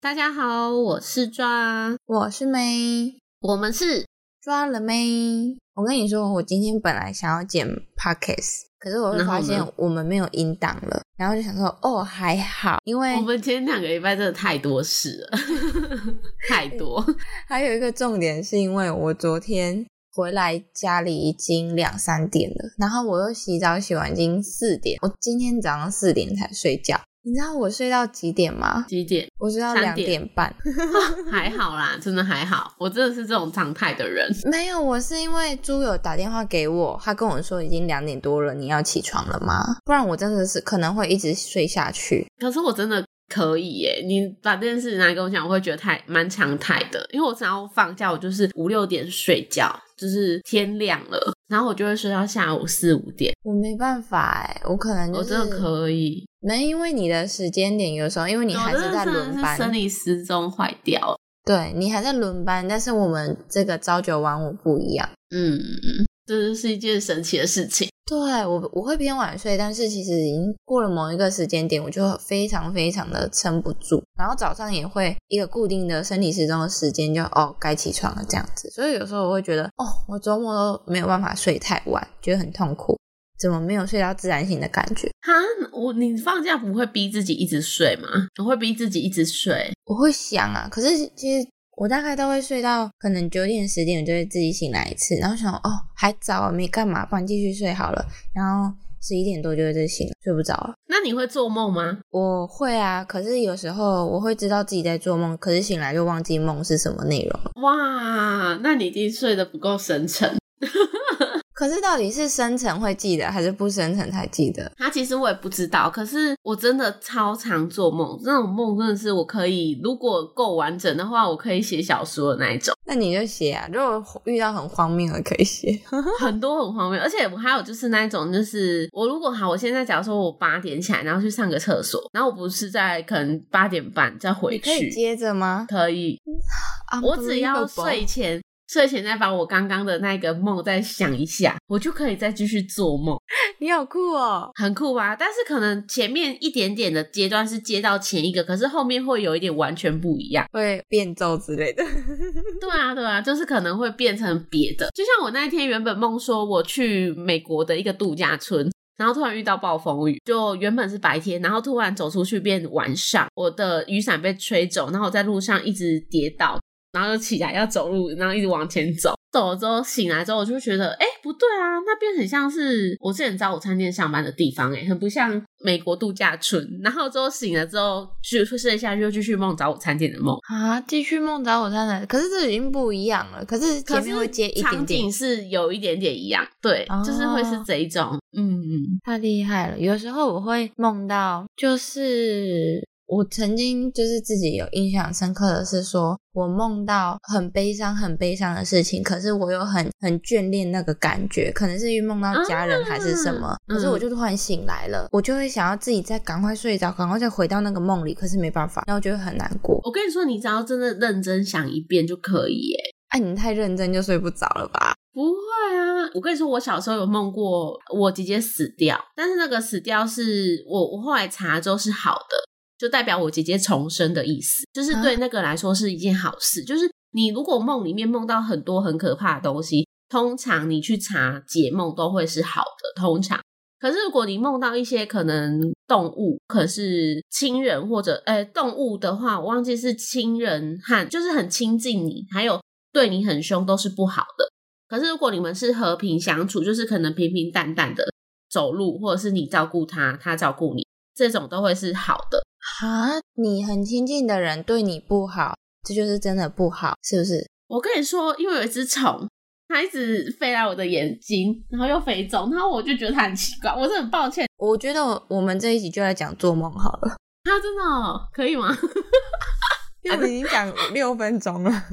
大家好，我是抓，我是妹，我们是抓了妹。我跟你说，我今天本来想要剪 podcast，可是我会然后发呢现我们没有音档了，然后就想说，哦，还好，因为我们前两个礼拜真的太多事了， 太多。还有一个重点是因为我昨天回来家里已经两三点了，然后我又洗澡洗完已经四点，我今天早上四点才睡觉。你知道我睡到几点吗？几 点？我睡到三两点点半。还好啦，真的还好。我真的是这种常态的人。没有，我是因为猪友打电话给我，他跟我说已经两点多了，你要起床了吗？不然我真的是可能会一直睡下去。可是我真的可以耶！你把这件事情来跟我讲，我会觉得太蛮常态的，因为我只要放假，我就是五六点睡觉，就是天亮了，然后我就会睡到下午四五点。我没办法哎、我可能我就是、真的可以，没，因为你的时间点有时候，因为你我还真的在真的轮啊是生班，理时钟坏掉了。对你还在轮班，但是我们这个朝九晚五不一样。嗯，这是一件神奇的事情。对我我会偏晚睡，但是其实已经过了某一个时间点，我就非常非常的撑不住。然后早上也会一个固定的生理时钟的时间就，哦该起床了这样子。所以有时候我会觉得哦，我周末都没有办法睡太晚，觉得很痛苦，怎么没有睡到自然醒的感觉？哈，我你放假不会逼自己一直睡吗？我会逼自己一直睡，我会想啊，可是其实我大概都会睡到可能九点十点，我就会自己醒来一次，然后想哦还早啊，没干嘛，不然继续睡好了。然后十一点多就会再醒了，睡不着了。那你会做梦吗？我会啊，可是有时候我会知道自己在做梦，可是醒来就忘记梦是什么内容了。哇，那你一定睡得不够深沉。可是到底是深层会记得，还是不深层才记得？他其实我也不知道，可是我真的超常做梦，那种梦真的是我可以，如果够完整的话，我可以写小说的那一种，那你就写啊，如果遇到很荒谬的可以写。很多很荒谬。而且我还有就是那一种，就是我如果好，我现在假如说我八点起来，然后去上个厕所，然后我不是在可能八点半再 回你可以去，接着吗？可以， 我只要 Unbelievable 睡前。睡前再把我刚刚的那个梦再想一下，我就可以再继续做梦。你好酷哦！。很酷吧？但是可能前面一点点的阶段是接到前一个，可是后面会有一点完全不一样会变奏之类的。对啊，对啊，就是可能会变成别的。就像我那一天原本梦说我去美国的一个度假村。然后突然遇到暴风雨，就原本是白天，然后突然走出去变晚上，我的雨伞被吹走，然后我在路上一直跌倒，然后就起来要走路，然后一直往前走，走了之后醒来之后，我就觉得，哎，不对啊，那边很像是我之前早午餐店上班的地方，哎，很不像美国度假村。然后之后醒了之后，就睡一下就继续梦早午餐店的梦。 啊，继续梦找我站的，可是这已经不一样了。可是可前是面会接一点场点景，是有一点点一样，对，哦就是会是这一种，嗯，太厉害了。有时候我会梦到，就是我曾经就是自己有印象深刻的是说，我梦到很悲伤、很悲伤的事情，可是我又很很眷恋那个感觉，可能是因为梦到家人还是什么，嗯可是我就突然醒来了，我就会想要自己再赶快睡着，赶快再回到那个梦里，可是没办法，然后就会很难过。我跟你说，你只要真的认真想一遍就可以，哎，哎、你太认真就睡不着了吧？不会啊，我跟你说，我小时候有梦过我姐姐死掉，但是那个死掉是我我后来查之后是好的，就代表我姐姐重生的意思，就是啊对那个来说是一件好事。就是你如果梦里面梦到很多很可怕的东西，通常你去查解梦都会是好的，通常。可是如果你梦到一些可能动物，可是亲人或者呃动物的话，我忘记是亲人和就是很亲近你，还有对你很凶，都是不好的。可是如果你们是和平相处，就是可能平平淡淡的走路，或者是你照顾他，他照顾你，这种都会是好的。啊，你很亲近的人对你不好，这就是真的不好，是不是？我跟你说，因为有一只虫，它一直飞来我的眼睛，然后又飞走，然后我就觉得它很奇怪，我真的很抱歉。我觉得我我们这一集就来讲做梦好了，它真的哦可以吗？ 因为我们已经讲六分钟了。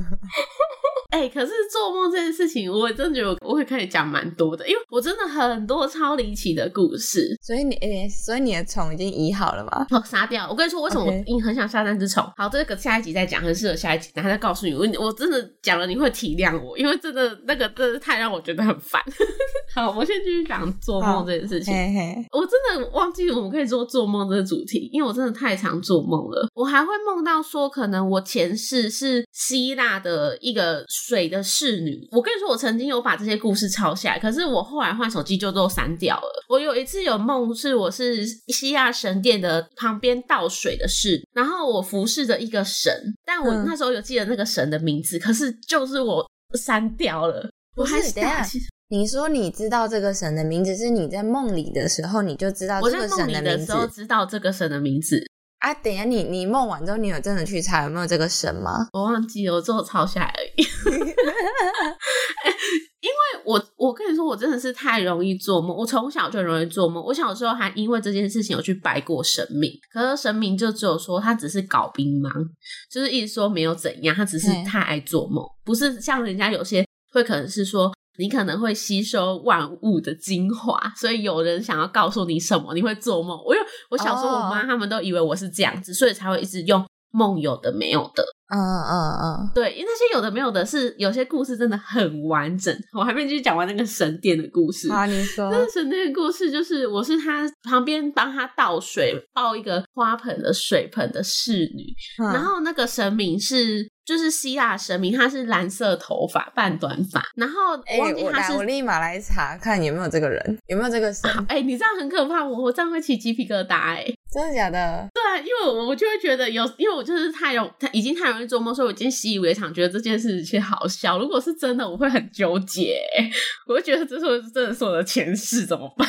哎、可是做梦这件事情，我真的觉得我我会可以讲蛮多的，因为我真的很多超离奇的故事。 所以你，诶所以你的虫已经移好了吗？我杀掉！我跟你说，为什么 OK 我很想杀那只虫？好，这个下一集再讲，很适合下一集，然后再告诉你。我我真的讲了，你会体谅我，因为真的那个真的太让我觉得很烦。 好，我先继续讲做梦这件事情。嘿嘿，我真的忘记我们可以做做梦这个主题，因为我真的太常做梦了。我还会梦到说，可能我前世是希腊的一个水的侍女。我跟你说，我曾经有把这些故事抄下来，可是我后来换手机就都删掉了。我有一次有梦是我是希腊神殿的旁边倒水的侍，然后我服侍着一个神，但我嗯那时候有记得那个神的名字，可是就是我删掉了。我不是还是等一下打起你说你知道这个神的名字，是你在梦里的时候你就知道我这在个梦神里的名字时候知道这个神的名字，啊？等一下，你你梦完之后，你有真的去查有没有这个神吗？我忘记了，我最后抄下来而已。 因为我我跟你说，我真的是太容易做梦，我从小就容易做梦。我小时候还因为这件事情有去拜过神明，可是神明就只有说他只是搞兵忙，就是一直说没有怎样，他只是嗯太爱做梦，不是像人家有些会可能是说。你可能会吸收万物的精华，所以有人想要告诉你什么，你会做梦。我有我小时候，我妈哦他们都以为我是这样子，所以才会一直用梦有的没有的。嗯嗯对，因为那些有的没有的是，有些故事真的很完整。我还没继续讲完那个神殿的故事嗯，。好，你 说那个神殿的故事就是，我是他旁边帮他倒水，抱一个花盆的水盆的侍女，嗯然后那个神明是。就是希腊神明，他是蓝色头发、半短发，然后哎、我忘记我他是来，我立马来查看有没有这个人，有没有这个 神，哎、你这样很可怕，我我这样会起鸡皮疙瘩哎、真的假的？ 对啊，因为我我就会觉得有，因为我就是太容，太已经太容易做梦，所以我已经习以为常，觉得这件事情好笑。如果是真的，我会很纠结， 我会觉得这是我真的是我的前世怎么办？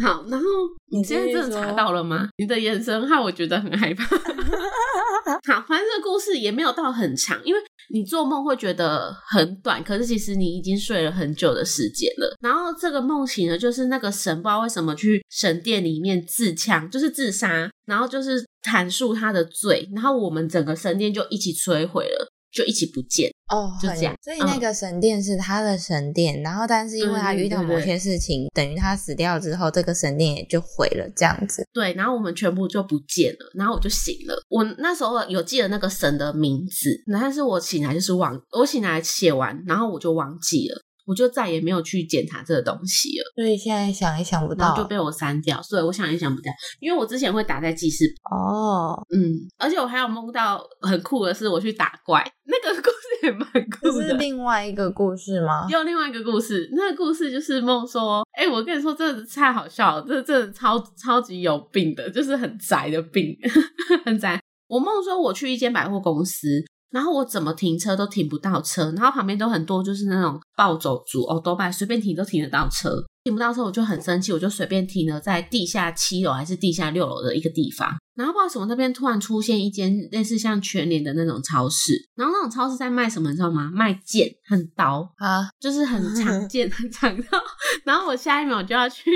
好，然后你你现在继续真的查说到了吗？你的眼神害我觉得很害 怕。好，反正这个故事也没有到很长，因为你做梦会觉得很短，可是其实你已经睡了很久的时间了。然后这个梦醒了，就是那个神不知道为什么去神殿里面自枪，就是自杀，然后就是阐述他的罪，然后我们整个神殿就一起摧毁了，就一起不见。哦，就很这样所以那个神殿是他的神殿，然后但是因为他遇到对对对某些事情，等于他死掉之后，这个神殿也就毁了，这样子。对，然后我们全部就不见了，然后我就醒了。我那时候有记得那个神的名字，但是我醒来就是忘，我醒来写完，然后我就忘记了，我就再也没有去检查这个东西了。所以现在想也想不然到后就被我删掉，所以我想也想不到，因为我之前会打在记事本，哦，嗯，而且我还有梦到很酷的是，我去打怪，那个故事也蛮 这酷是的。另外一个故事吗？又另外一个故事，那个故事就是梦说，哎、我跟你说，真的太好笑了，这真的超超级有病的，就是很宅的病， 很宅。我梦说我去一间百货公司，然后我怎么停车都停不到车，然后旁边都很多就是那种暴走族哦，都拜随便停都停得到车，停不到车我就很生气，我就随便停了在地下七楼还是地下六楼的一个地方。然后不知道为什么那边突然出现一间类似像全联的那种超市，然后那种超市在卖什么你知道吗？卖剑和刀，啊，就是很常见、很常到。然后我下一秒就要去，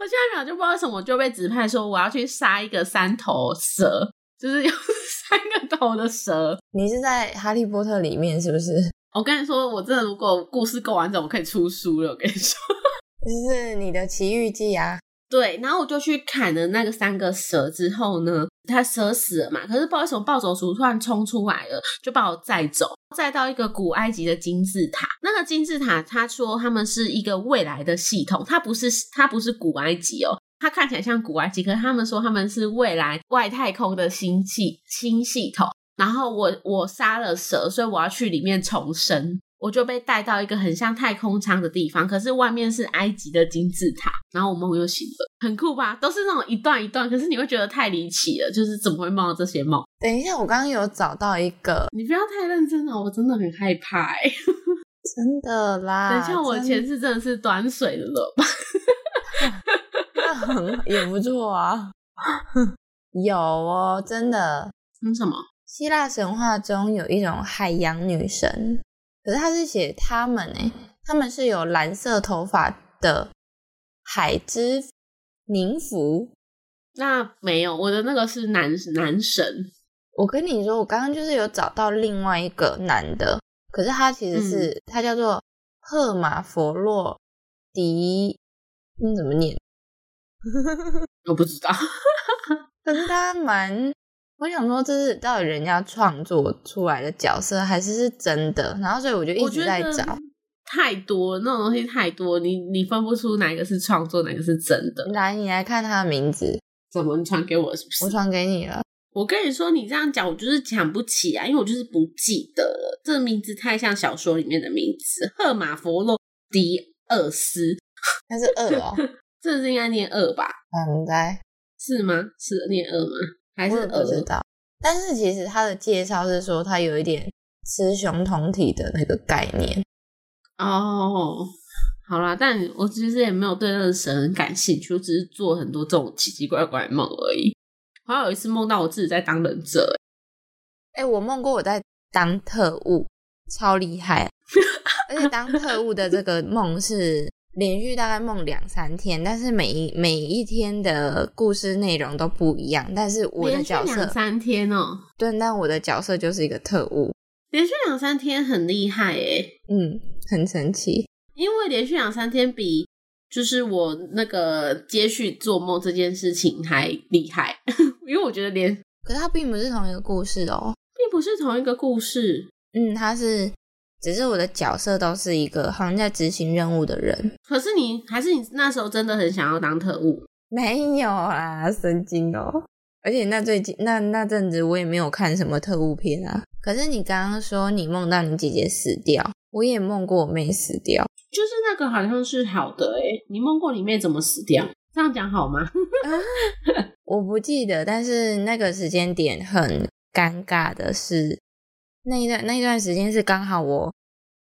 我下一秒就不知道为什么我就被指派说我要去杀一个三头蛇，就是有 三个头的蛇。你是在《哈利波特》里面是不是？我跟你说，我真的如果故事够完整，我可以出书了。我跟你说，就是你的奇遇记啊，对，然后我就去砍了那个三个蛇之后呢，它蛇死了嘛，可是不知道为什么暴走族突然冲出来了，就把我载走，载到一个古埃及的金字塔。那个金字塔，他说他们是一个未来的系统，它不是它不是古埃及哦。它看起来像古埃及，可是他们说他们是未来外太空的星系新系统。然后我我杀了蛇，所以我要去里面重生，我就被带到一个很像太空舱的地方，可是外面是埃及的金字塔，然后我梦又醒了，很酷吧？都是那种一段一段，可是你会觉得太离奇了，就是怎么会梦到这些梦？等一下，我刚刚有找到一个，你不要太认真哦了，我真的很害怕哎、真的啦。等一下我前啊真世真的是短水了了吧？ 那很也不错啊， 有哦，真的。嗯，什么？希腊神话中有一种海洋女神，可是她是写她们诶，她们是有蓝色头发的海之宁芙。那没有，我的那个是男男神，我跟你说，我刚刚就是有找到另外一个男的，可是他其实是、嗯他叫做赫马佛洛迪，嗯，怎么念？我不知道，可 是他蛮，我想说这是到底人家创作出来的角色还是是真的？然后所以我就 一我觉直得在找，太多那种东西太多，你你分不出哪个是创作，哪个是真的。来你来看他的名字，怎么你传给我是不我是？传给你了。我跟你说，你这样讲我就是讲不起啊，因为我就是不记得了。这个名字太像小说里面的名字，赫马佛洛迪厄斯，他是二 哦，这是应该念厄吧？嗯，在是吗？是念厄吗？还是我也不知厄？道。但是其实他的介绍是说他有一点雌雄同体的那个概念，哦，好啦，但我其实也没有对那个神很感兴趣，我只是做很多这种奇奇怪怪的梦而已。好像有一次梦到我自己在当忍者、欸哎、我梦过我在当特务，超厉害，而且当特务的这个梦是连续大概梦两三天，但是每一每一天的故事内容都不一样，但是我的连续角两色三天哦、对，但我的角色就是一个特务，连续两三天很厉害欸诶、嗯，很神奇，因为连续两三天比就是我那个接续做梦这件事情还厉害， 因为我觉得连并可是它并不是同一个故事哦，不是同一个故事，嗯，他是，只是我的角色都是一个好像在执行任务的人， 可是你还是你那时候真的很想要当特务，没有啊，神经哦。而且那最近那那阵子我也没有看什么特务片啊。可是你刚刚说你梦到你姐姐死掉，我也梦过我妹死掉。就是那个好像是好的诶、你梦过你妹怎么死掉？这样讲好吗？ 我不记得，但是那个时间点很尴尬的是，那一段那一段时间是刚好我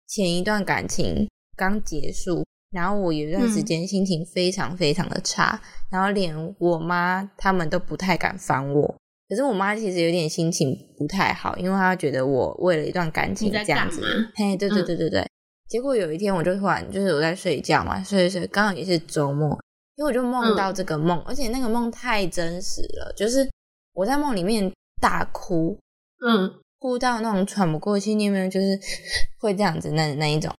前一段感情刚结束，然后我有一段嗯时间心情非常非常的差，然后连我妈他们都不太敢烦我。可是我妈其实有点心情不太好，因为她觉得我为了一段感情你在这样子干嘛，嗯嘿，对对对对对。结果有一天我就突然就是我在睡觉嘛，睡睡睡，刚好也是周末，因为我就梦到这个梦，而且那个梦太真实了，就是我在梦里面大哭，嗯哭到那种喘不过气，你有没有就是会这样子那那一种？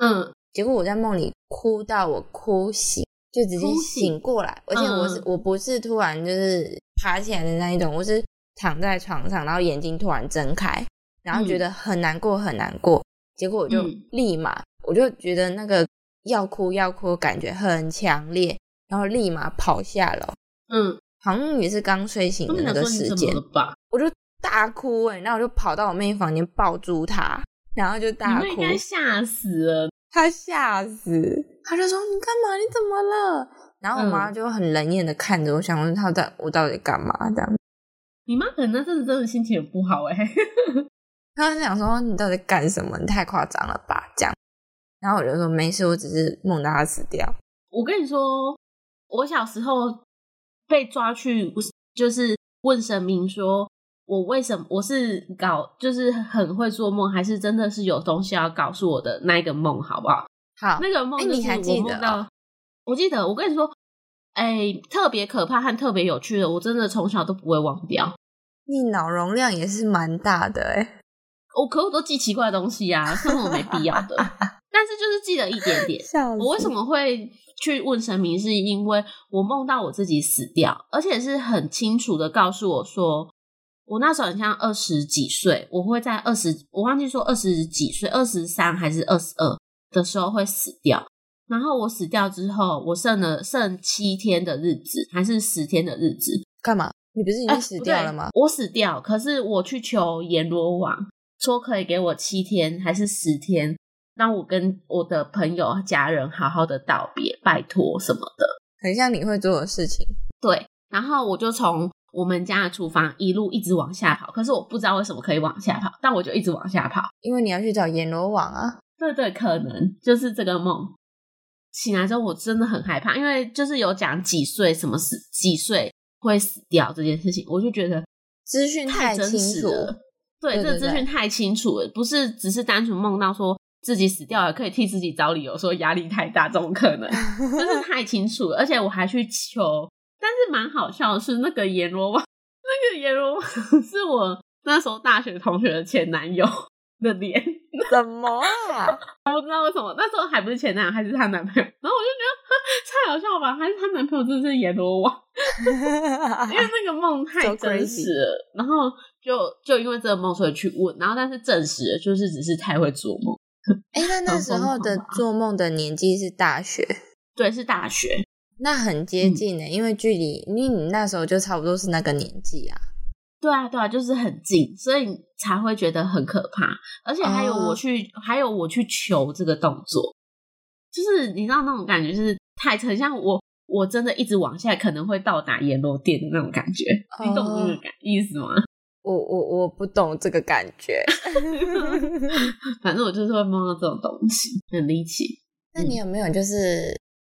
嗯，结果我在梦里哭到我哭醒，就直接哭醒醒过来，而且我是、嗯我不是突然就是爬起来的那一种，我是躺在床上，然后眼睛突然睁开，然后觉得很难过很难过，结果我就嗯立马、我就觉得那个要哭要哭的感觉很强烈，然后立马跑下楼，嗯，好像也是刚睡醒他的们那想个说你时怎间么，了吧？我就大哭哎、然后我就跑到我妹房间抱住她，然后就你大妹应哭，该吓死了，他吓死，他就说你干嘛？你怎么了？然后我妈嗯就很冷眼的看着我，想问他在我到底干嘛这样。你妈可能那阵子真的心情很不好诶、欸他就想说你到底干什么？你太夸张了吧？这样。然后我就说没事，我只是梦到他死掉。我跟你说，我小时候被抓去，就是问神明说，我为什么我是搞，就是很会做梦，还是真的是有东西要告诉我的那一个梦，好不好？好，那个梦哎就是你还记得我梦到，我记得，我跟你说，哎、特别可怕和特别有趣的，我真的从小都不会忘掉。你脑容量也是蛮大的哎、我可我都记奇怪的东西 啊，根本没必要的，但是就是记得一点点。笑死！我为什？么会去问神明？是因为我梦到我自己死掉，而且是很清楚的告诉我说，我那时候很像二十几岁，我会在二十，我忘记说二十几岁，二十三还是二十二的时候会死掉。然后我死掉之后，我剩了剩七天的日子，还是十天的日子，干嘛？你不是已哎经死掉了吗？不对我死掉，可是我去求阎罗王说可以给我七天还是十天，让我跟我的朋友家人好好的道别，拜托什么的。很像你会做的事情。对，然后我就从我们家的厨房一路一直往下跑，可是我不知道为什么可以往下跑，但我就一直往下跑。因为你要去找阎罗王啊！对对，可能就是这个梦。醒来之后，我真的很害怕，因为就是有讲几岁什么死几岁会死掉这件事情，我就觉得资讯太真清实楚，了。 对，这对对个资对讯太清楚了，不是只是单纯梦到说自己死掉了，可以替自己找理由说压力太大这种可能，就是太清楚了。而且我还去 求，但是蛮好笑的是，那个阎罗王，那个阎罗王是我那时候大学同学的前男友的脸，怎么啊？ 我不知道为什么，那时候还不是前男友，还是她男朋友。然后我就觉得哈太 好笑吧，还是她男朋友真的是阎罗王，因为那个梦太 So 真实了。然后就就因为这个梦，所以去问，然后但是证实了，就是只是太会做梦。哎、那那时候的做梦的年纪是大学，对，是大学，那很嗯接近呢、因为距离，因为你那时候就差不多是那个年纪啊。对啊，对啊，就是很近，所以才会觉得很可怕。而且还有哦我去，还有我去求这个动作，就是你知道那种感觉，就是太很像我，我真的一直往下，可能会到达阎罗殿的那种感觉。你懂这个哦感意思吗？ 我我我不懂这个感觉。反正我就是会梦到这种东西，很离奇。那你有没有就是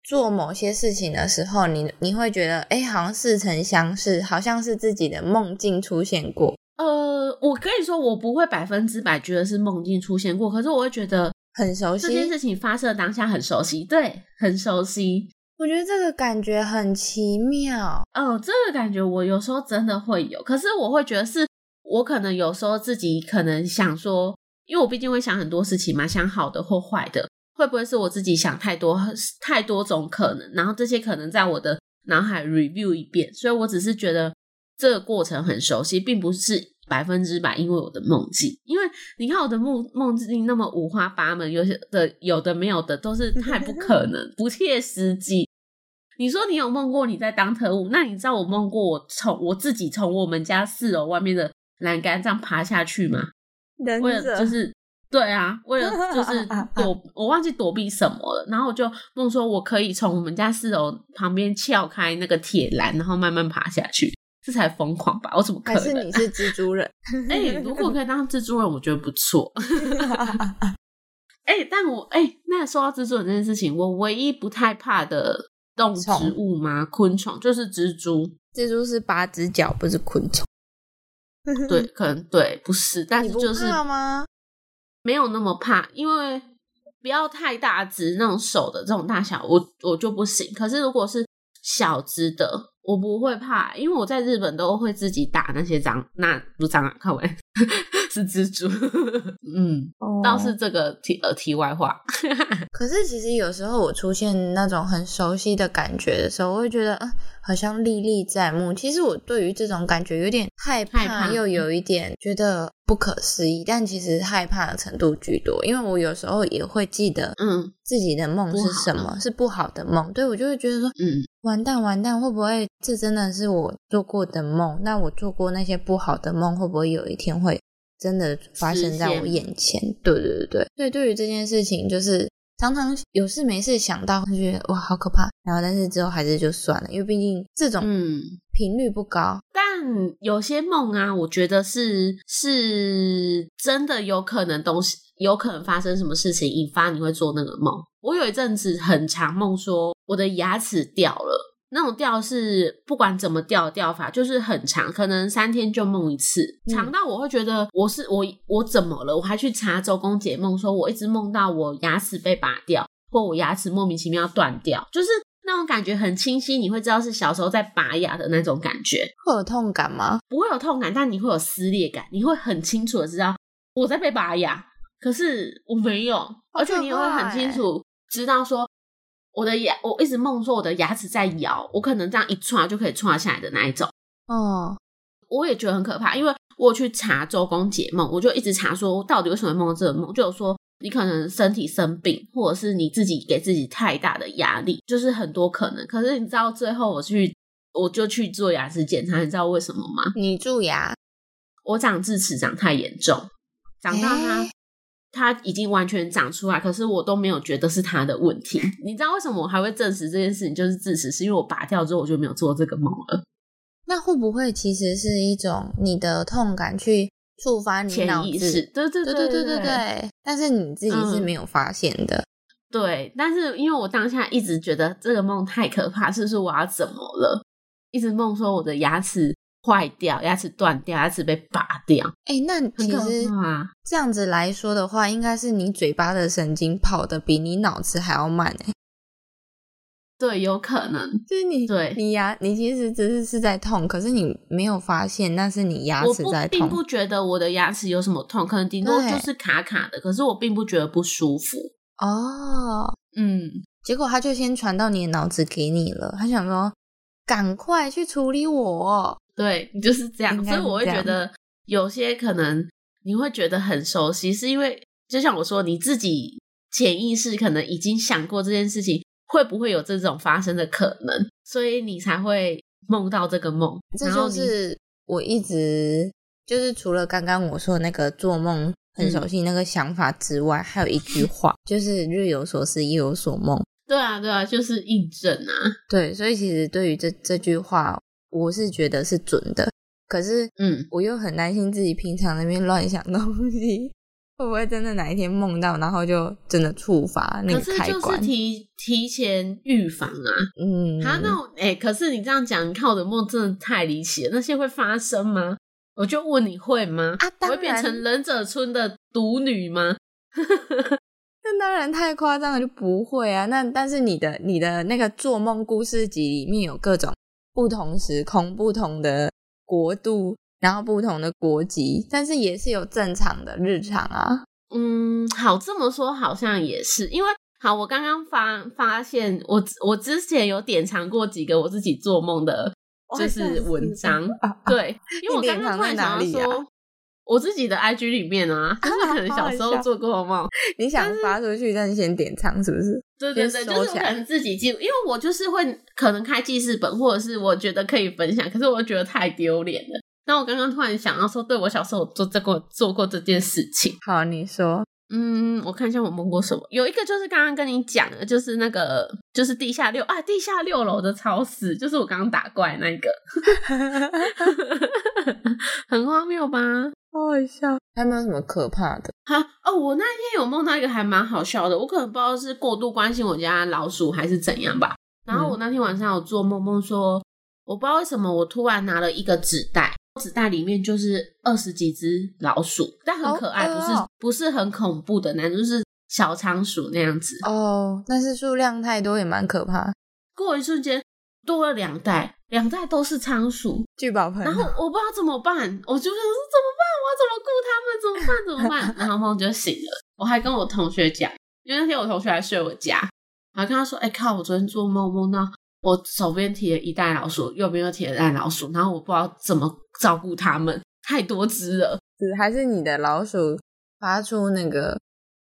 做某些事情的时候，你你会觉得，哎、好像似曾相识，好像是自己的梦境出现过，呃，我可以说我不会百分之百觉得是梦境出现过，可是我会觉得很熟悉这。件事情发生的当下很熟悉，对，很熟悉。我觉得这个感觉很奇妙。哦，这个感觉我有时候真的会有，可是我会觉得是我可能有时候自己可能想说，因为我毕竟会想很多事情嘛，想好的或坏的，会不会是我自己想太多太多种可能，然后这些可能在我的脑海 review 一遍，所以我只是觉得这个过程很熟悉，并不是百分之百因为我的梦境，因为你看我的梦梦境那么五花八门，有些的有的没有的都是太不可能、不切实际。你说你有梦过你在当特务，那你知道我梦过我从我自己从我们家四楼外面的栏杆这样爬下去吗？忍为了就是对啊，为 了就是啊躲，我忘记躲避什么了。然后我就梦说，我可以从我们家四楼旁边撬开那个铁栏，然后慢慢爬下去，这才疯狂吧？我怎么可还是能？你是蜘蛛人？ 哎、如果可以当蜘蛛人，我觉得不错。哎、但我哎、那说到蜘蛛人这件事情，我唯一不太怕的动植虫物吗？昆虫就是蜘蛛，蜘蛛是八只脚，不是昆虫。 对，可能对，不是，但嗯你是不就是怕吗？没有那么怕，因为不要太大只，那种手的这种大小，我我就不行。可是如果是小只的，我不会怕，因为我在日本都会自己打那些蟑，那不是蟑螂，看我 是蜘蛛。 嗯，倒是这个题呃题外话，可是其实有时候我出现那种很熟悉的感觉的时候，我会觉得嗯，好像历历在目。其实我对于这种感觉有点害怕，害怕嗯又有一点觉得不可思议。但其实害怕的程度居多，因为我有时候也会记得嗯自己的梦是什不好么，是不好的梦。对我就会觉得说，嗯，完蛋完蛋，会不会这真的是我做过的梦？那我做过那些不好的梦，会不会有一天会真的发生在我眼前？对对对对，所以对于这件事情，就是常常有事没事想到，会觉得哇好可怕，然后但是之后还是就算了，因为毕竟这种嗯。频率不高。但有些梦啊，我觉得是是真的有可能东西，有可能发生什么事情引发你会做那个梦。我有一阵子很常梦说我的牙齿掉了，那种掉是不管怎么掉的掉法，就是很长，可能三天就梦一次，嗯长到我会觉得我是我我怎么了？我还去查周公解梦，说我一直梦到我牙齿被拔掉，或我牙齿莫名其妙断掉，就是。那种感觉很清晰，你会知道是小时候在拔牙的那种感觉。会有痛感吗？不会有痛感，但你会有撕裂感，你会很清楚的知道我在被拔牙，可是我没有，而且你也会很清楚知道说我的牙，我一直梦说我的牙齿在摇，我可能这样一串就可以串下来的那一种，哦，我也觉得很可怕，因为我有去查周公解梦，我就一直查说到底为什么会梦到这个梦，就有说。你可能身体生病，或者是你自己给自己太大的压力，就是很多可能。可是你知道最后我去，我就去做牙齿检查，你知道为什么吗？你蛀牙，我长智齿长太严重，长到它、欸它已经完全长出来，可是我都没有觉得是它的问题。嗯你知道为什么我还会证实这件事情就是智齿，是因为我拔掉之后我就没有做这个梦了。那会不会其实是一种你的痛感去触发你潜嗯脑意子识？，对对对对对对对对对，但是你自己是嗯没有发现的。对但是因为我当下一直觉得这个梦太可怕，是不是我要怎么了？一直梦说我的牙齿坏掉、牙齿断掉、牙齿被拔掉，哎、那很其可实怕。这样子来说的话，应该是你嘴巴的神经跑得比你脑子还要慢哎、对，有可能。 就是你对你牙，你其实只是是在痛，可是你没有发现那是你牙我齿不在并痛。不觉得我的牙齿有什么痛，可能顶多对就是卡卡的，可是我并不觉得不舒服。哦，嗯，结果他就先传到你的脑子给你了，他想说赶快去处理我。对， 就是这样，应该所以我会是这觉样得有些可能你会觉得很熟悉，是因为就像我说，你自己潜意识可能已经想过这件事情会不会有这种发生的可能，所以你才会梦到这个梦。这然后就你是我一直就是除了刚刚我说的那个做梦很嗯熟悉那个想法之外，还有一句话就是日有所思，夜有所梦。对啊，对啊，就是印证啊，对，所以其实对于这这句话，我是觉得是准的。可是嗯，我又很担心自己平常那边乱想东西，会不会真的哪一天梦到，然后就真的触发那可个是开就是关？提提前预防啊，嗯，他那种哎、可是你这样讲，你看我的梦真的太离奇了，那些会发生吗？我就问你会吗？啊，我当会变然，成忍者村的独女吗？那当然太夸张了，就不会啊。那但是你的你的那个做梦故事集里面有各种不同时空、不同的国度，然后不同的国籍，但是也是有正常的日常啊。 嗯，好，这么说好像也是，因为好，我刚刚发发现我我之前有典藏过几个我自己做梦的，就是文章，对，因为我啊你刚典刚藏突然在哪想要里啊说。我自己的 IG 里面啊，就是可能小时 好候好笑做过的梦，你想发出去，但是先典藏，是不是？对对对，先就收是我起可来能自己记录，因为我就是会可能开记事本，或者是我觉得可以分享，可是我又觉得太丢脸了。那我刚刚突然想到说，对我小时候有做这过做过这件事情。好，你说。 嗯，我看一下我梦过什么，有一个就是刚刚跟你讲的，就是那个就是地下六啊，地下六楼的超市，就是我刚刚打怪那一个， 很荒谬吧？好好笑，还没有什么可怕的。哈哦，我那天有梦到一个还蛮好笑的，我可能不知道是过度关心我家老鼠还是怎样吧。然嗯后我那天晚上有做梦，梦说我不知道为什么我突然拿了一个纸袋，纸袋里面就是二十几只老鼠，但很可爱，好饿不哦是不是很恐怖的那种，就是小仓鼠那样子。哦，但是数量太多也蛮可怕。过一瞬间多了两袋，两袋都是仓鼠，聚宝盆，啊然后我不知道怎么办，我就想说怎么办？我要怎么顾他们？怎么办？怎么 办？然后梦就醒了，我还跟我同学讲，因为那天我同学来睡我家，然后跟他说：“哎、靠！我昨天做梦梦到我手边提了一袋老鼠，右边又提了一袋老鼠，然后我不知道怎么照顾它们，太多只了。只还是你的老鼠发出那个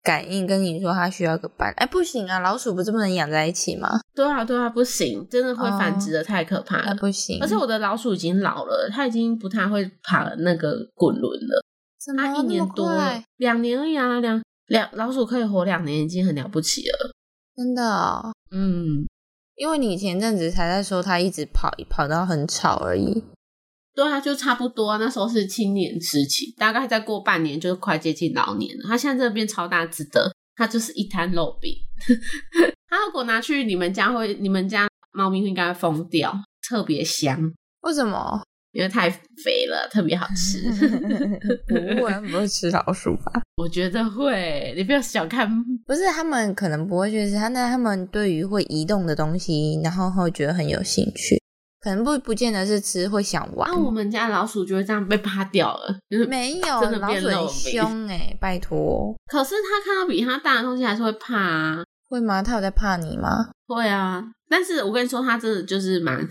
感应，跟你说它需要个伴。哎，不行啊，老鼠不是不能养在一起吗？”对啊，对啊，不行，真的会繁殖的太可怕了。那哦不行。而且我的老鼠已经老了，它已经不太会爬那个滚轮了。怎么啊它一那年么多了快？，两年而已啊，两两老鼠可以活两年已经很了不起了。真的哦，嗯，因为你前阵子才在说它一直跑，跑到很吵而已。对啊，就差不多啊。那时候是青年时期，大概再过半年就是快接近老年了。它现在这边超大只的，它就是一滩肉饼。 它如果拿去你们家会，你们家猫咪应该会疯掉，特别香，为什么？因为太肥了，特别好吃。 不会，它们不会吃老鼠吧？ 我觉得会，你不要小看。不是，他们可能不会去吃，他那他们对于会移动的东西，然后会觉得很有兴趣，可能不不见得是吃，会想玩。啊那我们家老鼠就会这样被趴掉了，就是没有真的老变鼠肉很饼凶哎、拜托，可是他看到比他大的东西还是会怕啊，会吗？它有在怕你吗？会啊。但是我跟你说，他真的就是蛮，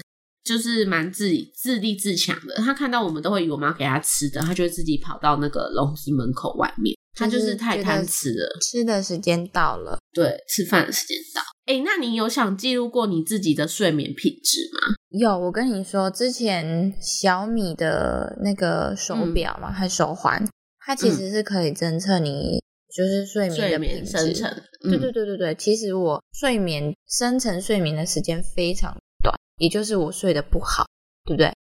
就是蛮自己自立自强的。他看到我们都会以为我们要给他吃的，他就会自己跑到那个笼子门口外面。他就就是是太觉贪得吃了，吃的时间到了，对，吃饭的时间到。哎、那你有想记录过你自己的睡眠品质吗？有我跟你说，之前小米的那个手嗯表嘛，还手环，它其实是可以侦测你就是睡眠睡的眠品质。深层，嗯对对对对对，其实我睡眠深层睡眠的时间非常短，也就是我睡得不好，对不对？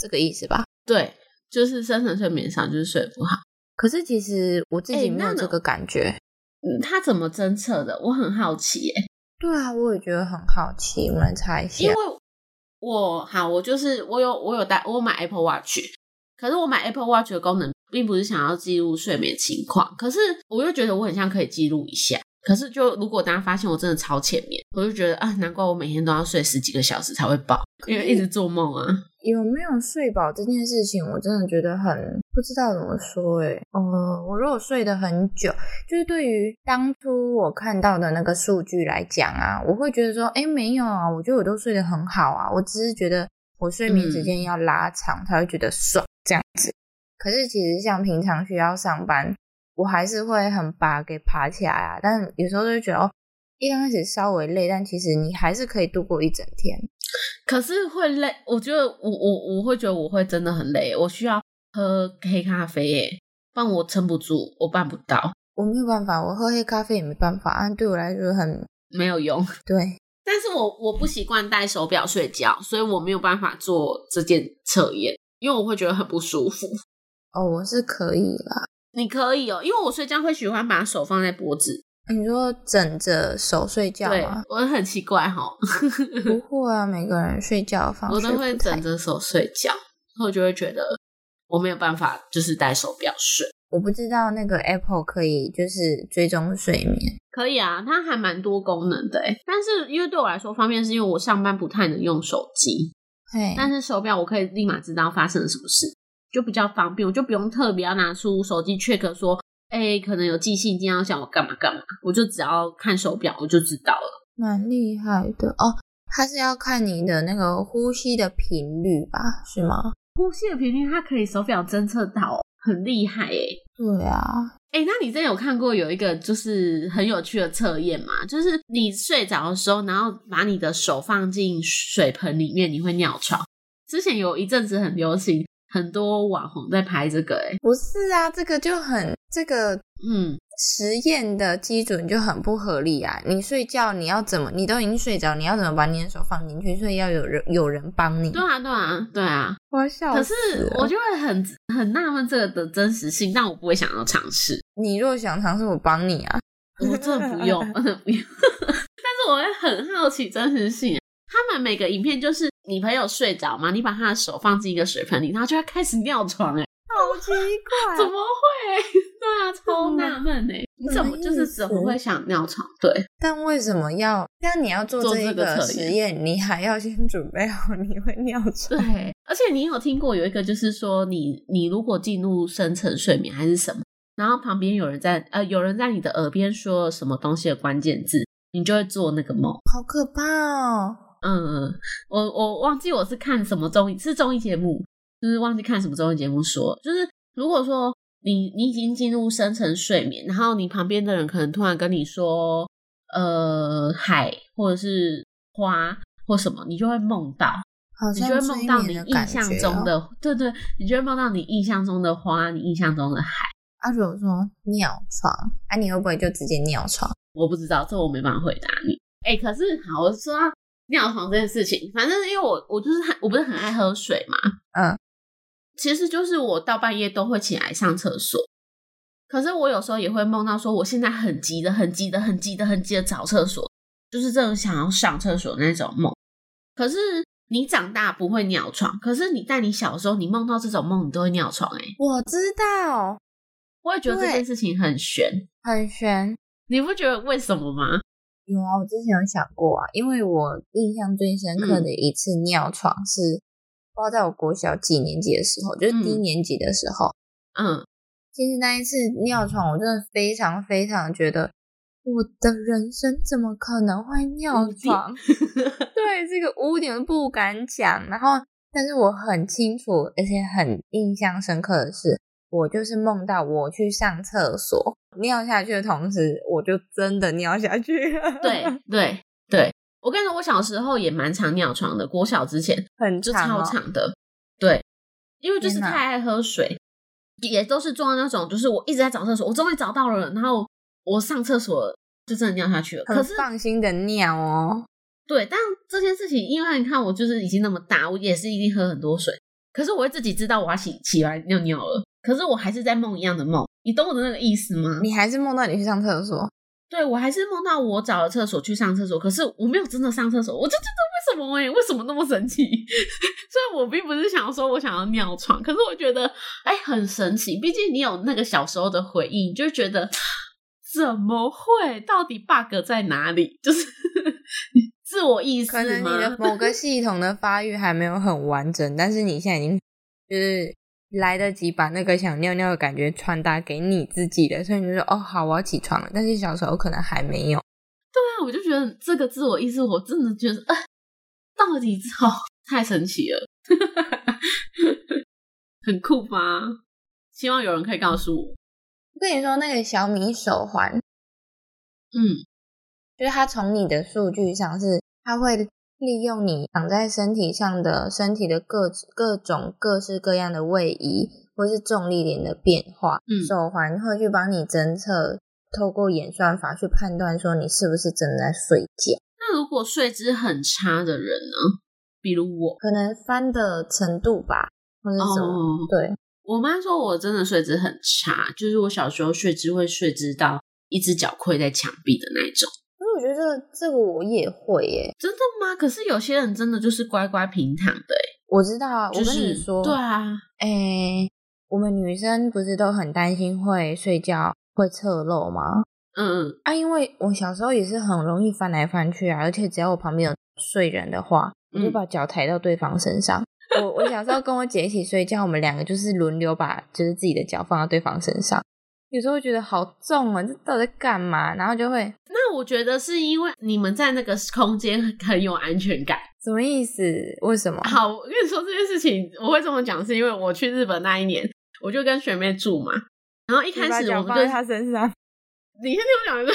这个意思吧？对，就是深层睡眠上就是睡不好。可是其实我自哎己没那有呢这个感觉。嗯，他怎么侦测的？我很好奇耶、对啊，我也觉得很好奇，我们来猜一因下为。我好，我就是我有我有带我买 Apple Watch，可是我买 Apple Watch 的功能并不是想要记录睡眠情况，可是我又觉得我很像可以记录一下，可是就如果大家发现我真的超前面，我就觉得啊，难怪我每天都要睡十几个小时才会饱，因为一直做梦啊。有没有睡饱这件事情，我真的觉得很不知道怎么说诶、欸。呃，我如果睡得很久，就是对于当初我看到的那个数据来讲啊，我会觉得说，哎、没有啊，我觉得我都睡得很好啊，我只是觉得我睡眠时间要拉长才会觉得爽这样子。可是其实像平常需要上班，我还是会很把给爬起来啊，但有时候就会觉得哦，一刚开始稍微累，但其实你还是可以度过一整天。可是会累，我觉得我我我会觉得我会真的很累，我需要喝黑咖啡耶，不然我撑不住，我办不到，我没有办法，我喝黑咖啡也没办法啊，对我来说很没有用。对。但是我我不习惯戴手表睡觉，所以我没有办法做这件测验，因为我会觉得很不舒服。哦，我是可以啦。你可以哦，因为我睡觉会喜欢把手放在脖子，你说枕着手睡觉对吗？我很奇怪哈、不会啊，每个人睡觉的方式我都会不太枕着手睡觉，所以我就会觉得我没有办法，就是戴手表睡。我不知道那个 Apple 可以就是追踪睡眠。可以啊，它还蛮多功能的诶但是因为对我来说方便，是因为我上班不太能用手机，嘿，但是手表我可以立马知道发生了什么事，就比较方便，我就不用特别要拿出手机 check 说，哎、可能有寄信今天要叫我干嘛干嘛，我就只要看手表我就知道了。蛮厉害的哦。它是要看你的那个呼吸的频率吧？是吗？呼吸的频率它可以手表侦测到，很厉害诶对啊，哎、那你真的有看过有一个就是很有趣的测验吗？就是你睡着的时候，然后把你的手放进水盆里面，你会尿床。之前有一阵子很流行，很多网红在拍这个、欸，哎，不是啊，这个就很这个嗯，实验的基准就很不合理啊！你睡觉你要怎么？你都已经睡着，你要怎么把你的手放进去？所以要有人有人帮你。对啊，对啊，对啊。我要笑可是死了我就会很很纳闷这个的真实性，但我不会想要尝 试，你若想尝试，我帮你啊。我真的不用， 真的不用。但是我会很好奇真实性、他们每个影片就是你朋友睡着嘛，你把他的手放进一个水盆里，然后就会开始尿床、欸，好奇怪怎么会？对啊，超纳闷哎！你怎么就是怎么会想尿床？对，但为什么要？但你要做做这一这个个测验实验，你还要先准备好你会尿床。对，而且你有听过有一个就是说你你如果进入深层睡眠还是什么，然后旁边有人在呃有人在你的耳边说什么东西的关键字，你就会做那个梦。好可怕哦！嗯，我我忘记我是看什么综艺，是综艺节目，就是忘记看什么综艺节目说，就是如果说你你已经进入深层睡眠，然后你旁边的人可能突然跟你说，呃，海或者是花或什么，你就会梦到，好你就像会催梦到你眠的印感象觉中哦的，对对，你就会梦到你印象中的花，你印象中的海。啊，如果说尿床，啊，你会不会就直接尿床？我不知道，这我没办法回答你。哎、可是好，我说到尿床这件事情，反正因为我我就是很我不是很爱喝水嘛，嗯，其实就是我到半夜都会起来上厕所，可是我有时候也会梦到说我现在很急的、很急的、很急的、很急的找厕所，就是这种想要上厕所那种梦。可是你长大不会尿床，可是你在你小时候，你梦到这种梦，你都会尿床、欸。哎，我知道，我也觉得这对件事情很悬，很悬。你不觉得为什么吗？有啊，我之前有想过啊，因为我印象最深刻嗯的一次尿床是，不知道在我国小几年级的时候，就是低嗯年级的时候。嗯，其实那一次尿床，我真的非常非常觉得，我的人生怎么可能会尿污点床？对，这个污点不敢讲。然后，但是我很清楚，而且很印象深刻的是，我就是梦到我去上厕所尿下去的同时，我就真的尿下去 了。对对对，我跟你说，我小时候也蛮常尿床的，国小之前很就长超哦长的，对，因为就是天哪太爱喝水，也都是做那种，就是我一直在找厕所，我终于找到了，然后我上厕所就真的尿下去了。可很是放心的尿哦。对，但这件事情，因为你看我就是已经那么大，我也是一定喝很多水，可是我会自己知道我要起起来尿尿了，可是我还是在梦一样的梦，你懂我的那个意思吗？你还是梦到你去上厕所，对我还是梦到我找了厕所去上厕所，可是我没有真的上厕所，我就觉得为什么哎、为什么那么神奇？ 虽然我并不是想要说我想要尿床，可是我觉得哎、很神奇，毕竟你有那个小时候的回忆，你就觉得怎么会？到底 bug 在哪里？ 就是自我意识可能你的吗？某个系统的发育还没有很完整，但是你现在已经 就是来得及把那个想尿尿的感觉传达给你自己了，所以你就说哦好，我要起床了。但是小时候可能还没有，对啊，我就觉得这个自我意识，我真的觉得，呃、到底之后太神奇了， 很酷吧？希望有人可以告诉我。我跟你说那个小米手环，嗯，就是它从你的数据上是，它会利用你长在身体上的身体的各各种各式各样的位移，或是重力点的变化，嗯手环会去帮你侦测，透过演算法去判断说你是不是真的在睡觉，那如果睡姿很差的人呢？比如我，可能翻的程度吧，或者什么，哦，对，我妈说我真的睡姿很差，就是我小时候睡姿会睡姿到一只脚跪在墙壁的那一种。可是我觉得这个这个我也会耶，真的吗？可是有些人真的就是乖乖平躺的、欸，我知道啊，我就跟是你说，对啊，诶、我们女生不是都很担心会睡觉会侧漏吗？嗯，啊，因为我小时候也是很容易翻来翻去啊，而且只要我旁边有睡人的话，我就嗯把脚抬到对方身上。我我小时候跟我姐一起睡觉，我们两个就是轮流把就是自己的脚放到对方身上。有时候会觉得好重啊，这到底在干嘛？然后就会那我觉得是因为你们在那个空间很很有安全感。什么意思？为什么？好，我跟你说这件事情，我会这么讲，是因为我去日本那一年，我就跟学妹住嘛，然后一你开把始我脚们放就在他身上，你先听我讲一个，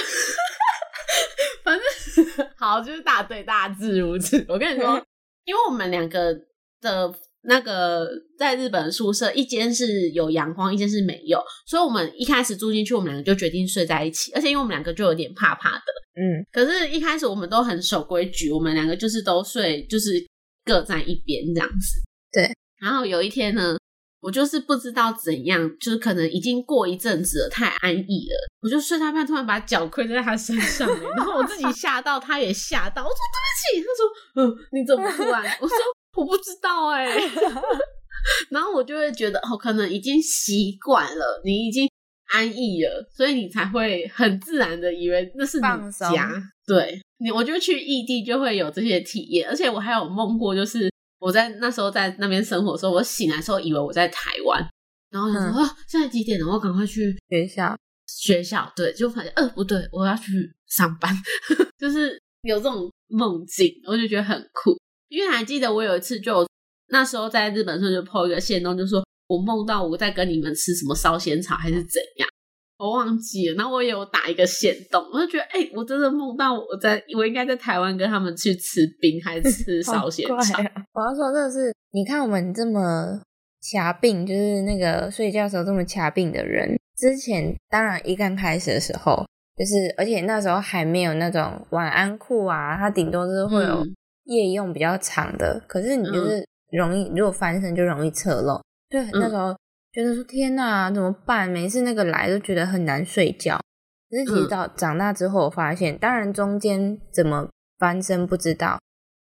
反正好就是大对大致如此。我跟你说，因为我们两个的那个在日本的宿舍，一间是有阳光，一间是没有，所以我们一开始住进去，我们两个就决定睡在一起，而且因为我们两个就有点怕怕的。嗯，可是，一开始我们都很守规矩，我们两个就是都睡，就是各站一边这样子。对。然后有一天呢，我就是不知道怎样，就是可能已经过一阵子了，太安逸了，我就睡到一半突然把脚跪在他身上、欸然后我自己吓到，他也吓到，我说对不起，他说嗯你怎么突然？我 说我不知道哎、 然后我就会觉得哦，可能已经习惯了，你已经安逸了，所以你才会很自然的以为那是你放松家。对你，我就去异地就会有这些体验，而且我还有梦过，就是我在那时候在那边生活的时候，我醒来的时候以为我在台湾，然后我嗯想说、啊，现在几点了？我赶快去学校学校，对，就发现呃不对，我要去上班， 就是有这种梦境，我就觉得很酷。因为还记得我有一次就那时候在日本的时候就 PO 一个线动，就说我梦到我在跟你们吃什么烧仙草还是怎样，我忘记了。然后我也有打一个线动，我就觉得哎、我真的梦到我在我应该在台湾跟他们去吃冰还是吃烧仙 好草怪，啊我要说这是，你看我们这么卡病，就是那个睡觉时候这么卡病的人，之前当然一刚开始的时候，就是而且那时候还没有那种晚安裤啊，它顶多就是会有嗯夜用比较长的，可是你就是容易，如果翻身就容易侧漏，对，那时候觉得说天哪，怎么办？每次那个来都觉得很难睡觉。可是其实嗯到长大之后，我发现，当然中间怎么翻身不知道，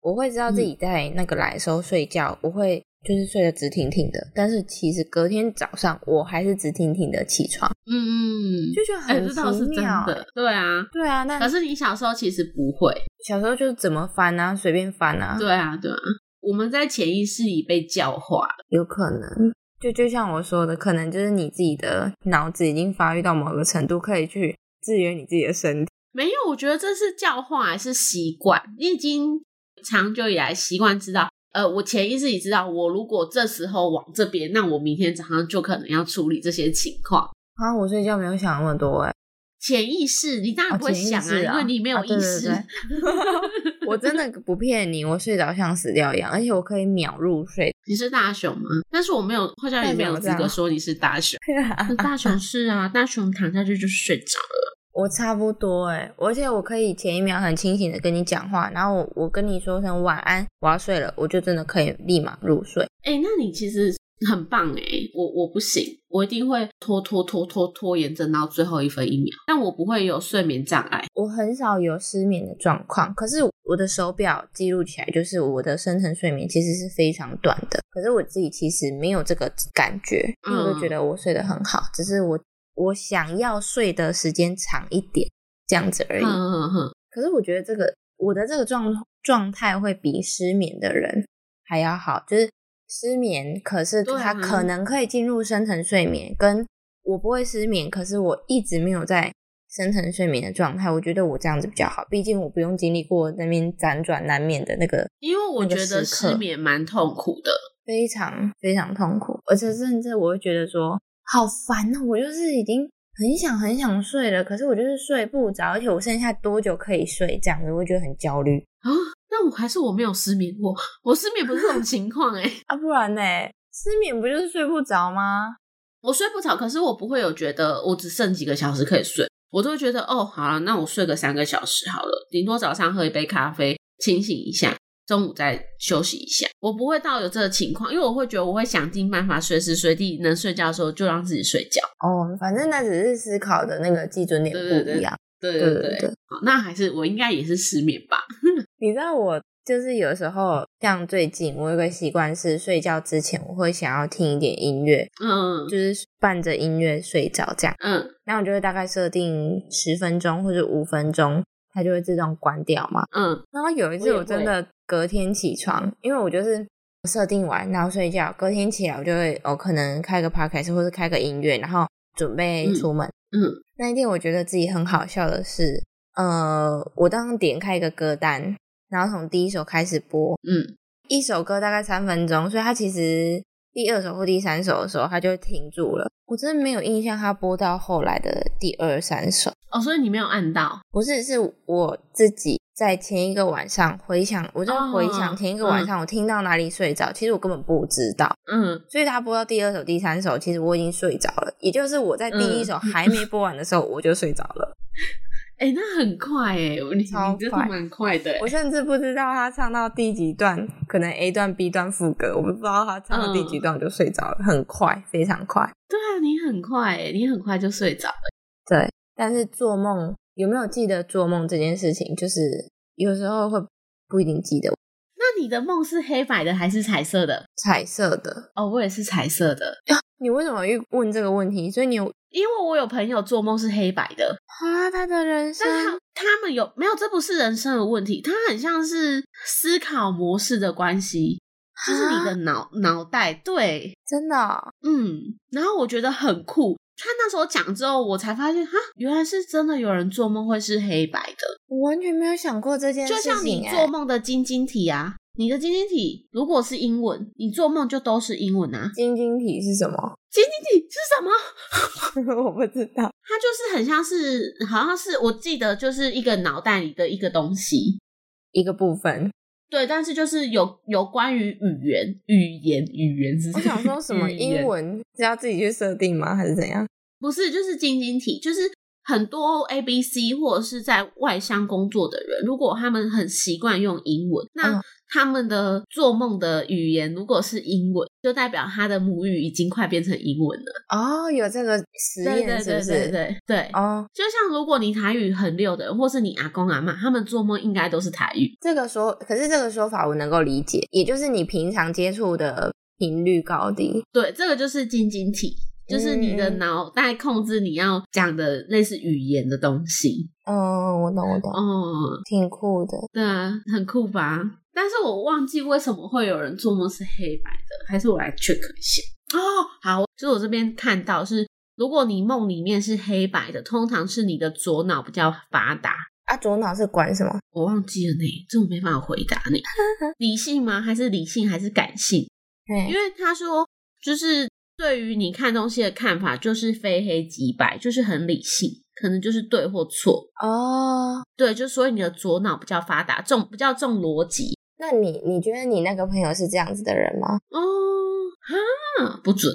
我会知道嗯自己在那个来的时候睡觉，我会就是睡得直挺挺的，但是其实隔天早上我还是直挺挺的起床，嗯嗯，嗯就觉得哎、很这倒是奇真妙。欸的，对啊。对啊，那可是你小时候其实不会，小时候就是怎么翻啊，随便翻啊，对啊，对啊，我们在潜意识里被教化了。有可嗯能。就就像我说的，可能就是你自己的脑子已经发育到某个程度，可以去制约你自己的身体。没有，我觉得这是教化还是习惯？你已经长久以来习惯知道，呃，我潜意识里知道，我如果这时候往这边，那我明天早上就可能要处理这些情况。啊，我睡觉没有想那么多哎、潜意识，你当然不会想哦潜意识因为你没有啊意对对识。对 我真的不骗你，我睡着像死掉一样，而且我可以秒入 睡。 你是大熊吗？但是我没有，好像也没有资代表这格样说你是大熊。大熊是啊，大熊躺下去就是睡着了。我差不多哎、而且我可以前一秒很清醒的跟你讲话，然后我我跟你说声晚安，我要睡了，我就真的可以立马入睡。哎、那你其实很棒哎、我我不行，我一定会拖拖拖拖拖延症到最后一分一秒，但我不会有睡眠障碍。我很少有失眠的状况，可是我的手表记录起来，就是我的深层睡眠其实是非常短的。可是我自己其实没有这个感觉，因为我嗯就觉得我睡得很好，只是我我想要睡的时间长一点，这样子而已。嗯嗯嗯，可是我觉得这个我的这个状状态会比失眠的人还要好，就是失眠，可是对他啊可能可以进入深层睡眠，跟我不会失眠，可是我一直没有在深层睡眠的状态，我觉得我这样子比较好，毕竟我不用经历过那边辗转难眠的那个因为我那个觉得时刻失眠蛮痛苦的。非常非常痛苦，而且甚至我会觉得说好烦哦，我就是已经很想很想睡了，可是我就是睡不着，而且我剩下多久可以睡这样子，我会觉得很焦虑啊，那我还是我没有失眠过，我失眠不是这种情况哎、啊，不然呢？失眠不就是睡不着吗？我睡不着，可是我不会有觉得我只剩几个小时可以睡，我都会觉得哦，好了，那我睡个三个小时好了，顶多早上喝一杯咖啡清醒一下，中午再休息一下，我不会到有这个情况，因为我会觉得我会想尽办法，随时随地能睡觉的时候就让自己睡觉。哦，反正那只是思考的那个基准点对对不对一样。对对对对对好那还是我应该也是失眠吧？你知道我就是有时候像最近我有个习惯是睡觉之前我会想要听一点音乐，嗯就是伴着音乐睡着这样。嗯那我就会大概设定十分钟或者五分钟，它就会自动关掉嘛。嗯然后有一次我也我真的隔天起床，因为我就是设定完然后睡觉，隔天起来我就会哦可能开个 podcast 或是开个音乐，然后准备出门。嗯那一天我觉得自己很好笑的是，呃，我当时点开一个歌单，然后从第一首开始播，嗯，一首歌大概三分钟，所以它其实第二首或第三首的时候，它就停住了。我真的没有印象它播到后来的第二三首，哦，所以你没有按到，不是，是我自己在前一个晚上回想，我在回想哦前一个晚上我听到哪里睡着，其实我根本不知道。嗯所以它播到第二首、第三首，其实我已经睡着了，也就是我在第一首还没播完的时候，我就睡着了。哎、那很快哎、你你超真的快蛮快的、欸我。甚至不知道他唱到第几段，可能 A 段、B 段副歌，我不知道他唱到第几段，我就睡着了，很快，非常快。对啊，你很快、欸，你很快就睡着了。对，但是做梦有没有记得做梦这件事情，就是有时候会不一定记得。那你的梦是黑白的还是彩色的？彩色的，哦，我也是彩色的，你为什么遇问这个问题？所以你有因为我有朋友做梦是黑白的，啊，他的人生但他他们有没有？这不是人生的问题，它很像是思考模式的关系，就是你的啊脑脑袋对，真的哦、嗯，然后我觉得很酷。他那时候讲之后，我才发现哈，原来是真的有人做梦会是黑白的。我完全没有想过这件事就情、像你哎做梦的晶晶体啊，你的晶晶体如果是英文，你做梦就都是英文啊。晶晶体是什么？ 晶晶体是什么？我不知道。它就是很像是，好像是我记得就是一个脑袋里的一个东西。一个部分，对，但是就是有有关于语言、语言、语言是我想说什 么语言英文是要自己去设定吗？还是怎样？不是，就是晶晶体，就是很多 A、B、C 或者是在外商工作的人，如果他们很习惯用英文，嗯那他们的做梦的语言如果是英文，就代表他的母语已经快变成英文了。哦，有这个实对对验是对不是？对对对。哦，就像如果你台语很溜的人，或是你阿公阿妈，他们做梦应该都是台语。这个说，可是这个说法我能够理解，也就是你平常接触的频率高低。对，这个就是晶晶体，就是你的嗯脑袋控制你要讲的类似语言的东西。嗯，我懂，我懂，哦，挺酷的。对啊，很酷吧？但是我忘记为什么会有人做梦是黑白的，还是我来 check 一下哦。好，就是我这边看到是，如果你梦里面是黑白的，通常是你的左脑比较发达。啊，左脑是管什么？我忘记了呢，这我没办法回答呢。理性吗？还是理性还是感性？因嘿，为他说，就是对于你看东西的看法，就是非黑即白，就是很理性，可能就是对或错。哦，对，就所以你的左脑比较发达，重比较重逻辑那你你觉得你那个朋友是这样子的人吗？哦。哈，不准，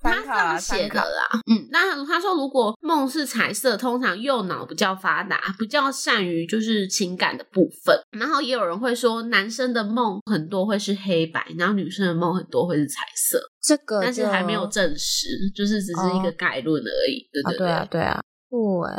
他参考啊，上写参的考。啦。嗯，那他说如果梦是彩色，通常右脑比较发达，比较善于就是情感的部分。然后也有人会说，男生的梦很多会是黑白，然后女生的梦很多会是彩色。这个但是就还没有证实，就是只是一个哦概论而已。对啊，对对啊，对啊，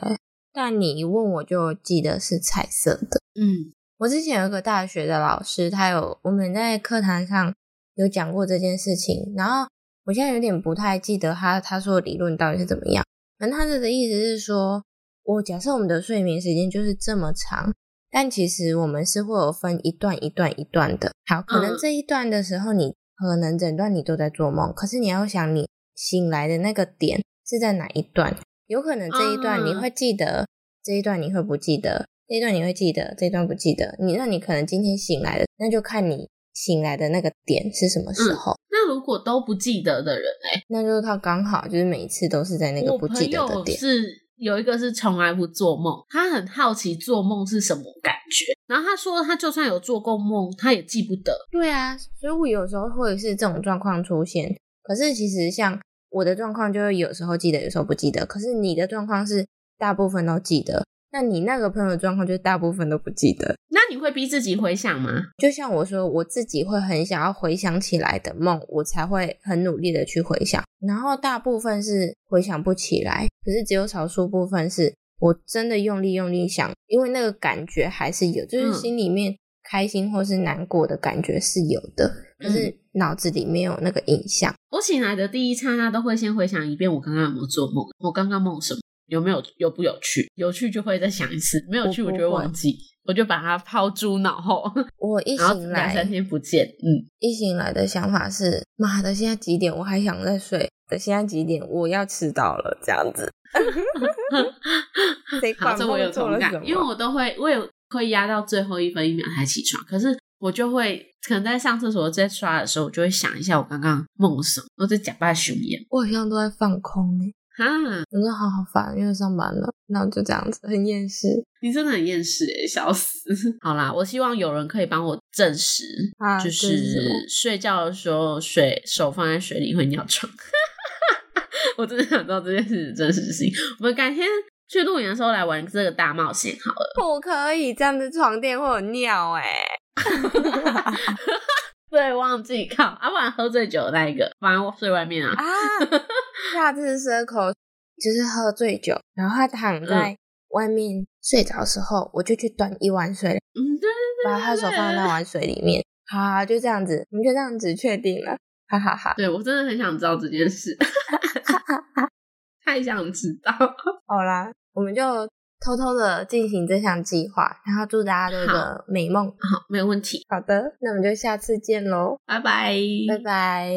对。但你一问我就记得是彩色的。嗯我之前有一个大学的老师，他有我们在课堂上有讲过这件事情，然后我现在有点不太记得他他说的理论到底是怎么样。反正他的意思是说，我假设我们的睡眠时间就是这么长，但其实我们是会有分一段一段一段的。好，可能嗯这一段的时候你，可能整段你都在做梦，可是你要想你醒来的那个点是在哪一段？有可能这一段你嗯会记得，这一段你会不记得，这一段你会记得，这一段不记得。你那你可能今天醒来的，那就看你醒来的那个点是什么嗯时候。那如果都不记得的人、欸，那就是他刚好就是每一次都是在那个我不朋记得的友点。是有一个是从来不做梦，他很好奇做梦是什么感觉，然后他说他就算有做过梦，他也记不得。对啊，所以我有时候会是这种状况出现。可是其实像我的状况，就会有时候记得，有时候不记得。可是你的状况是大部分都记得，那你那个朋友的状况就是大部分都不记得。那你会逼自己回想吗？就像我说，我自己会很想要回想起来的梦，我才会很努力的去回想。然后大部分是回想不起来，可是只有少数部分是我真的用力用力想，因为那个感觉还是有，就是嗯心里面开心或是难过的感觉是有的，嗯可是脑子里没有那个影像。我醒来的第一刹那都会先回想一遍我刚刚有没有做梦，我刚刚梦什么，有没有有不有趣，有趣就会再想一次，没有趣我我不就会会忘记，我就把它抛诸脑后，我一然后醒两三来，天不见，嗯，一醒来的想法是：妈的，现在几点？我还想再睡。的现在几点？我要迟到了，这样 子。谁好，管这我梦有做同了感什么？，因为我都会，我有会压到最后一分一秒才起床，可是我就会可能在上厕所在刷的时候，我就会想一下我刚刚梦什么，我在假扮巡演我好像都在放空呢、哈，我说好好烦，因为上班了，那我就这样子，很厌世。你真的很厌世诶，笑死！ 好啦，我希望有人可以帮我证实，啊就证实什么是睡觉的时候水手放在水里会尿床。 我真的想知道这件事的真实性。我们改天去露营的时候来玩这个大冒险好了。 不可以这样子，床垫会有尿 哎、对，忘记靠，啊，不然喝醉酒的那一个，反正我睡外面啊。啊！夏至 circle 就是喝醉酒，然后他嗯躺在外面睡着的时候，我就去端一碗水，嗯，对把他的手放在那碗水里面。好、啊，就这样子，我们就这样子确定了，哈哈哈。对，我真的很想知道这件 事，太想知道。好啦，我们就偷偷的进行这项计划，然后祝大家都有个美梦。好，没有问题，好的，那我嗯们就下次见喽，拜拜，拜拜。